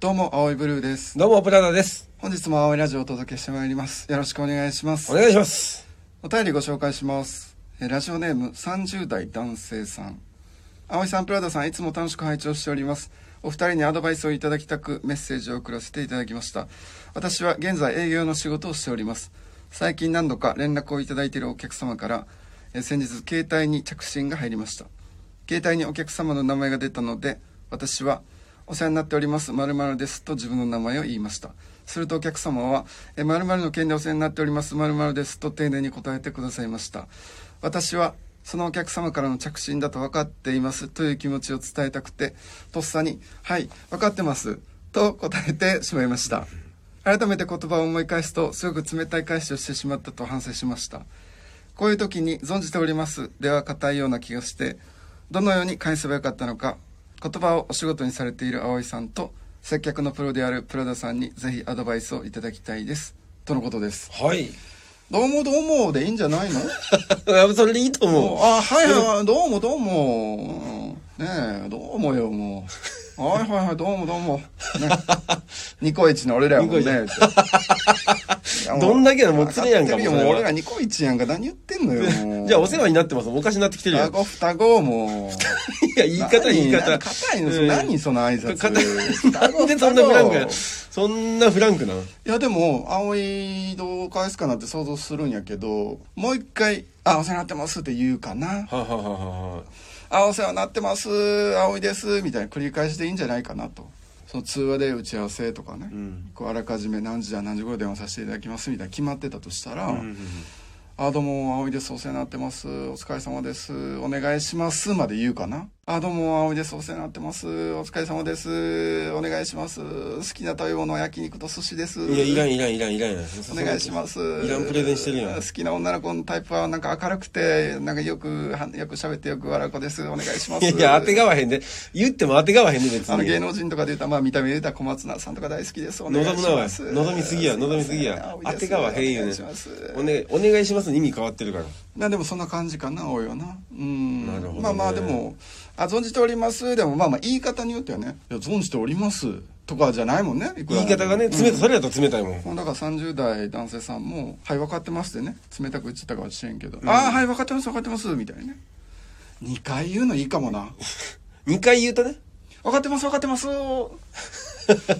どうも青いブルーですどうも、プラダです。本日も青いラジオをお届けしてまいりますよろしくお願いしますお願いします。お便りご紹介しますえーラジオネーム30代男性さん青いさんプラダさんいつも楽しく拝聴しておりますお二人にアドバイスをいただきたくメッセージを送らせていただきました私は現在営業の仕事をしております最近何度か連絡をいただいているお客様からえー先日携帯に着信が入りました携帯にお客様の名前が出たので私は「お世話になっております〇〇です」と自分の名前を言いましたするとお客様は「え〇〇の件でお世話になっております〇〇です」と丁寧に答えてくださいました私はそのお客様からの着信だと分かっていますという気持ちを伝えたくてとっさに「はい分かってます」と答えてしまいました改めて言葉を思い返すとすごく冷たい返しをしてしまったと反省しましたこういう時に存じておりますでは固いような気がして、どのように返せばよかったのか、言葉をお仕事にされている葵さんと、接客のプロであるプラダさんにぜひアドバイスをいただきたいです。とのことです。 はい。どうもどうもでいいんじゃないのそれでいいと思う。あ、はいはいはい、どうもどうも。ねえ、どうもよ、もう。はいはいはい、どうもどうも。ね、ニコイチの俺らやもんね。ニコっていやもうどんだけのもつれやんかわってるよもうそもうれは俺らニコイチやんか、何言ってんのよ。もうじゃあ、お世話になってます。おかしになってきてるや双ん。子い双子もや、言い方、言い方。硬いの、うん何その挨拶硬い双な子んでそんなフランク双や子そんなフランクなのいやでも葵どう返すかなって想像するんやけどもう一回「あお世話になってます」って言うかなははははは「あお世話になってます葵です」みたいな繰り返しでいいんじゃないかなとその通話で打ち合わせとかね、うんこうあらかじめ何時だ何時頃電話させていただきますみたいな決まってたとしたら「うんあどうも葵ですお世話になってますお疲れ様ですお願いします」まで言うかな「あどうも葵ですお世話になってますお疲れ様ですお願いします好きな食べ物は焼肉と寿司です」いや、いらん、いらん、いらん、いらんやん。お願いしますいらんプレゼンしてるやん好。きな女の子のタイプはなんか明るくてなんかよくはよく喋ってよく笑う子ですお願いします いやいや、当てがわへんで。言っても当てがわへんで、別あの芸に。能人とかで言ったら、まあ、見た目で言ったら小松菜さんとか大好きですお願い望むなしわまい。す望みすぎや、望みすぎあやお。願当いてしますがわへんおよね願いします。おねお願いしますの意味変わってるから。なでもそんな感じかな多いよなうんなるほどねまあまあでも「あ存じております」でもまあまあ言い方によってはね「いや存じております」とかじゃないもんねいくら言い方がね、うん冷たい、それやと冷たいもん。ほんだから30代男性さんも「はい分かってます」でね冷たく言っちゃったかもしれんけど「ああはい分かってます分かってます」みたいなね2回言うのいいかもな2回言うとね。 「分かってます分かって ます」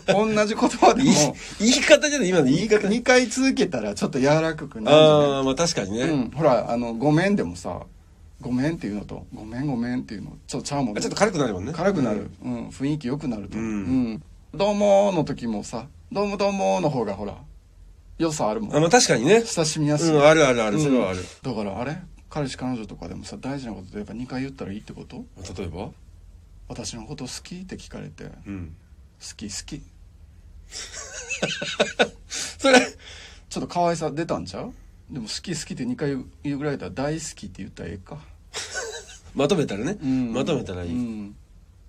同じ言葉で言いも言い方じゃない今の言い方2回続けたらちょっと柔らかくなるじゃないああまあ確かにね、うん、ほらあの「ごめん」でもさ「ごめん」っていうのと「ごめんごめん」っていうのちょっとちゃうもんあねちょっと軽くなるもんね辛くなる、うん雰囲気良くなると思う、うんうんどうも」の時もさ「どうもどうも」の方がほら良さあるもあまんあ確かにね親しみやすい、うんあるあるあるそれはある、だからあれ彼氏彼女とかでもさ大事なことでやっぱ2回言ったらいいってこと例えば私のこと好きって聞かれて「好うんき好き」それちょっと可愛さ出たんちゃうでも「好き好き」って2回言うぐらいだったら「大好き」って言ったらええか、 まとめたらね、まとめたらいい、うん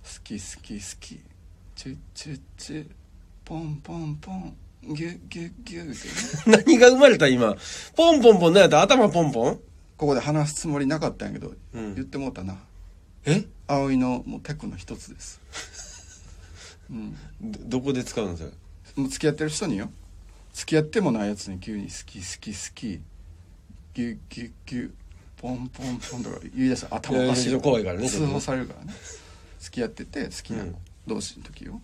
好き好き好きチュッチュッチュポンポンポンギュッギュッギュッってね 何が生まれた今ポンポンポンなんやった頭ポンポンここで話すつもりなかったんやけど、うん言ってもうたなえ葵のもうテクの一つです、 うん、どどこで使うのそれもう付き合ってる人によ付き合ってもないやつに急に好き好き好きギュッギュッギュッポンポンポンとか言い出したら頭おかしいいやいや怖いからね通報されるからね付き合ってて好きなうん子同士の時よ、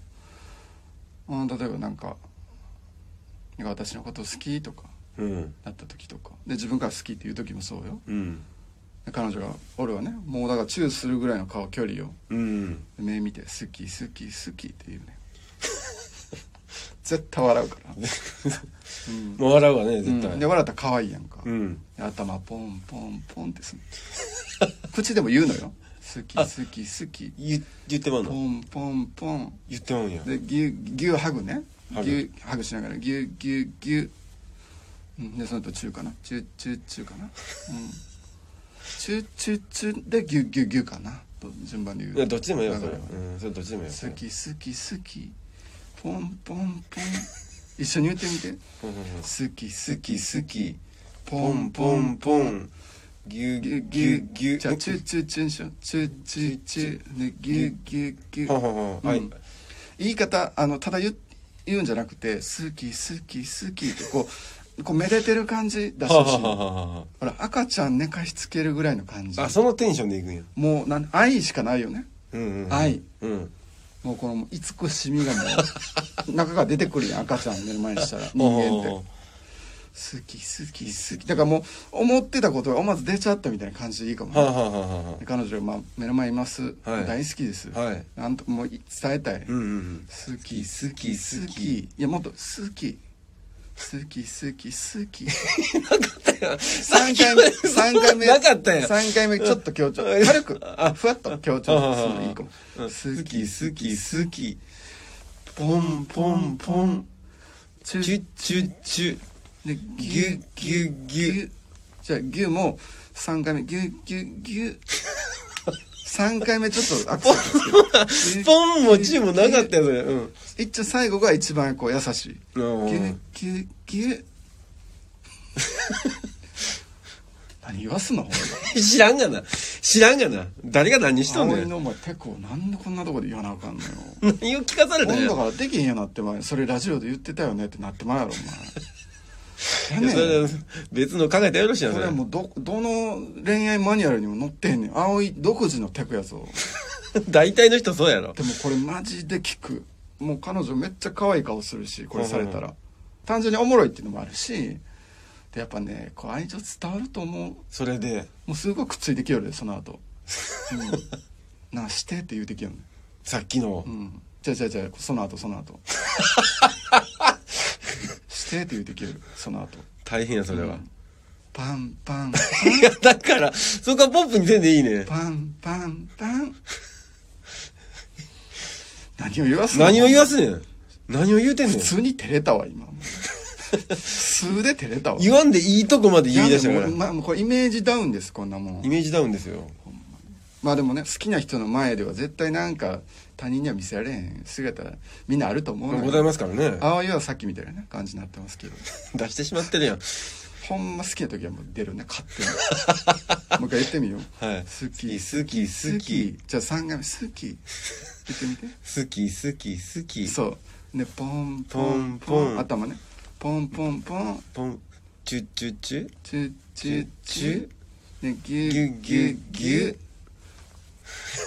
うん、例えばなんか「なんか私のこと好き?」とかうんなった時とかで自分から好きっていう時もそうようんで彼女が俺はねもうだからチューするぐらいの顔距離よ うんで目見て「好き好き好き」って言うね絶対笑うからもう笑うわね絶対うんで笑ったら可愛いやんか、うん、頭ポンポンポンって すん口でも言うのよ好き好き好き言言ってまうポのンポンポン言ってまうんやでギュギュハグねギハグュハグしながらギュギュギュうんでその後チューかなチューチューチューかなうんチューチューチューでギュギュギュかなと順番で言ういやどっちでもいいよそれだからうんそれどっちでもいいよ好き好き好きポンポンポン一緒に言ってみてうんうんうん好好き好きき好好ききポポンンポポンンポポンンぎゅぎぎゅゅぎぎゅゅぎぎゅゅじゃあチューチューチューにしようチューチューチューねぎゅぎゅぎゅはははは、うはいん言い方あのただ言う言うんじゃなくて「好き好き好き」ってこうこうめでてる感じ出してはほあ、しいはあのはあはほら赤ちゃん寝かしつけるぐらいの感じあ、あそのテンションでいくんや。もうなん愛しかないよねうんうんうん。愛うん。もうこの慈しみがもう 中から出てくるやん赤ちゃん目の前にしたら人間っておー好き好き好きだからもう思ってたことが思わず出ちゃったみたいな感じでいいかもね、はあ、はあはあはで彼女が、まあ「目の前います、はい大好きです、はいなんともうい伝えたい、あ。うんうんうん。好き好き好きいやもっと好き好き好き好 き3回目三回目なかったやん3回目ちょっと強調うん軽くあふわっと強調するのいいかもう好ん好きき好好きき好好ききポンポンポンチュチュッチュッチュでギギュュッギュッギギュッュじゃあギュも3回目ギュギュギュ3回目ちょっとアクセントつけてポンもチュもなかったよそれうん一応最後が一番こう優しいうんギュギュギュ 何言わすのほんま知らんがな知らんがな誰が何しとんね葵んのお前結構なんでこんなとこで言わなあかんのよ何を聞かされたん今や度からできへんよなって前それラジオで言ってたよねってなってまうやろお前いややそめれんは別の考えたらよろしいやんこれそれはもうどどの恋愛マニュアルにも載ってへんねん葵独自のテクやぞ大体の人そうやろでもこれマジで聞くもう彼女めっちゃ可愛い顔するしこれされたら単純におもろいっていうのもあるしでやっぱねこう愛情伝わると思うそれでもうすごいくっついてきよるでその 後、うん、なあしてって言うてきよんねさっきのんうんじゃあじゃあじゃあその後その後してって言うてきよるその後大変やそれうはんパンパンいやだからそこはポップにせんでいいねパンパンパン何を言わすの何を言わすねん何を言うてんねん普通に照れたわ今素で照れたわ言わんでいいとこまで言い出したかいやらもうまあもうこれイメージダウンですこんなもイんメージダウンですよまあでもね好きな人の前では絶対なんか他人には見せられへん姿みんなあると思うのよございますからね葵はさっきみたいなね感じになって ますけど出してしまってるやんほんま好きな時はもう出るね勝手に もう一回言ってみようはい好き好き好きじゃあ3回目好き言ってみて好き好き好きそうねポンポンポポンンポン頭ねポンポンポンポンチュッチュッチュチュッチュッチュッねギュギュッッギギュュッッギギュュッッ